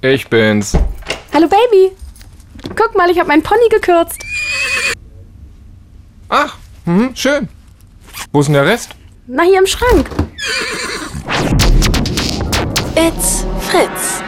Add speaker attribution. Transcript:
Speaker 1: Ich bin's.
Speaker 2: Hallo Baby. Guck mal, ich habe meinen Pony gekürzt.
Speaker 1: Ach, mhm, schön. Wo ist denn der Rest?
Speaker 2: Na, hier im Schrank.
Speaker 3: It's Fritz.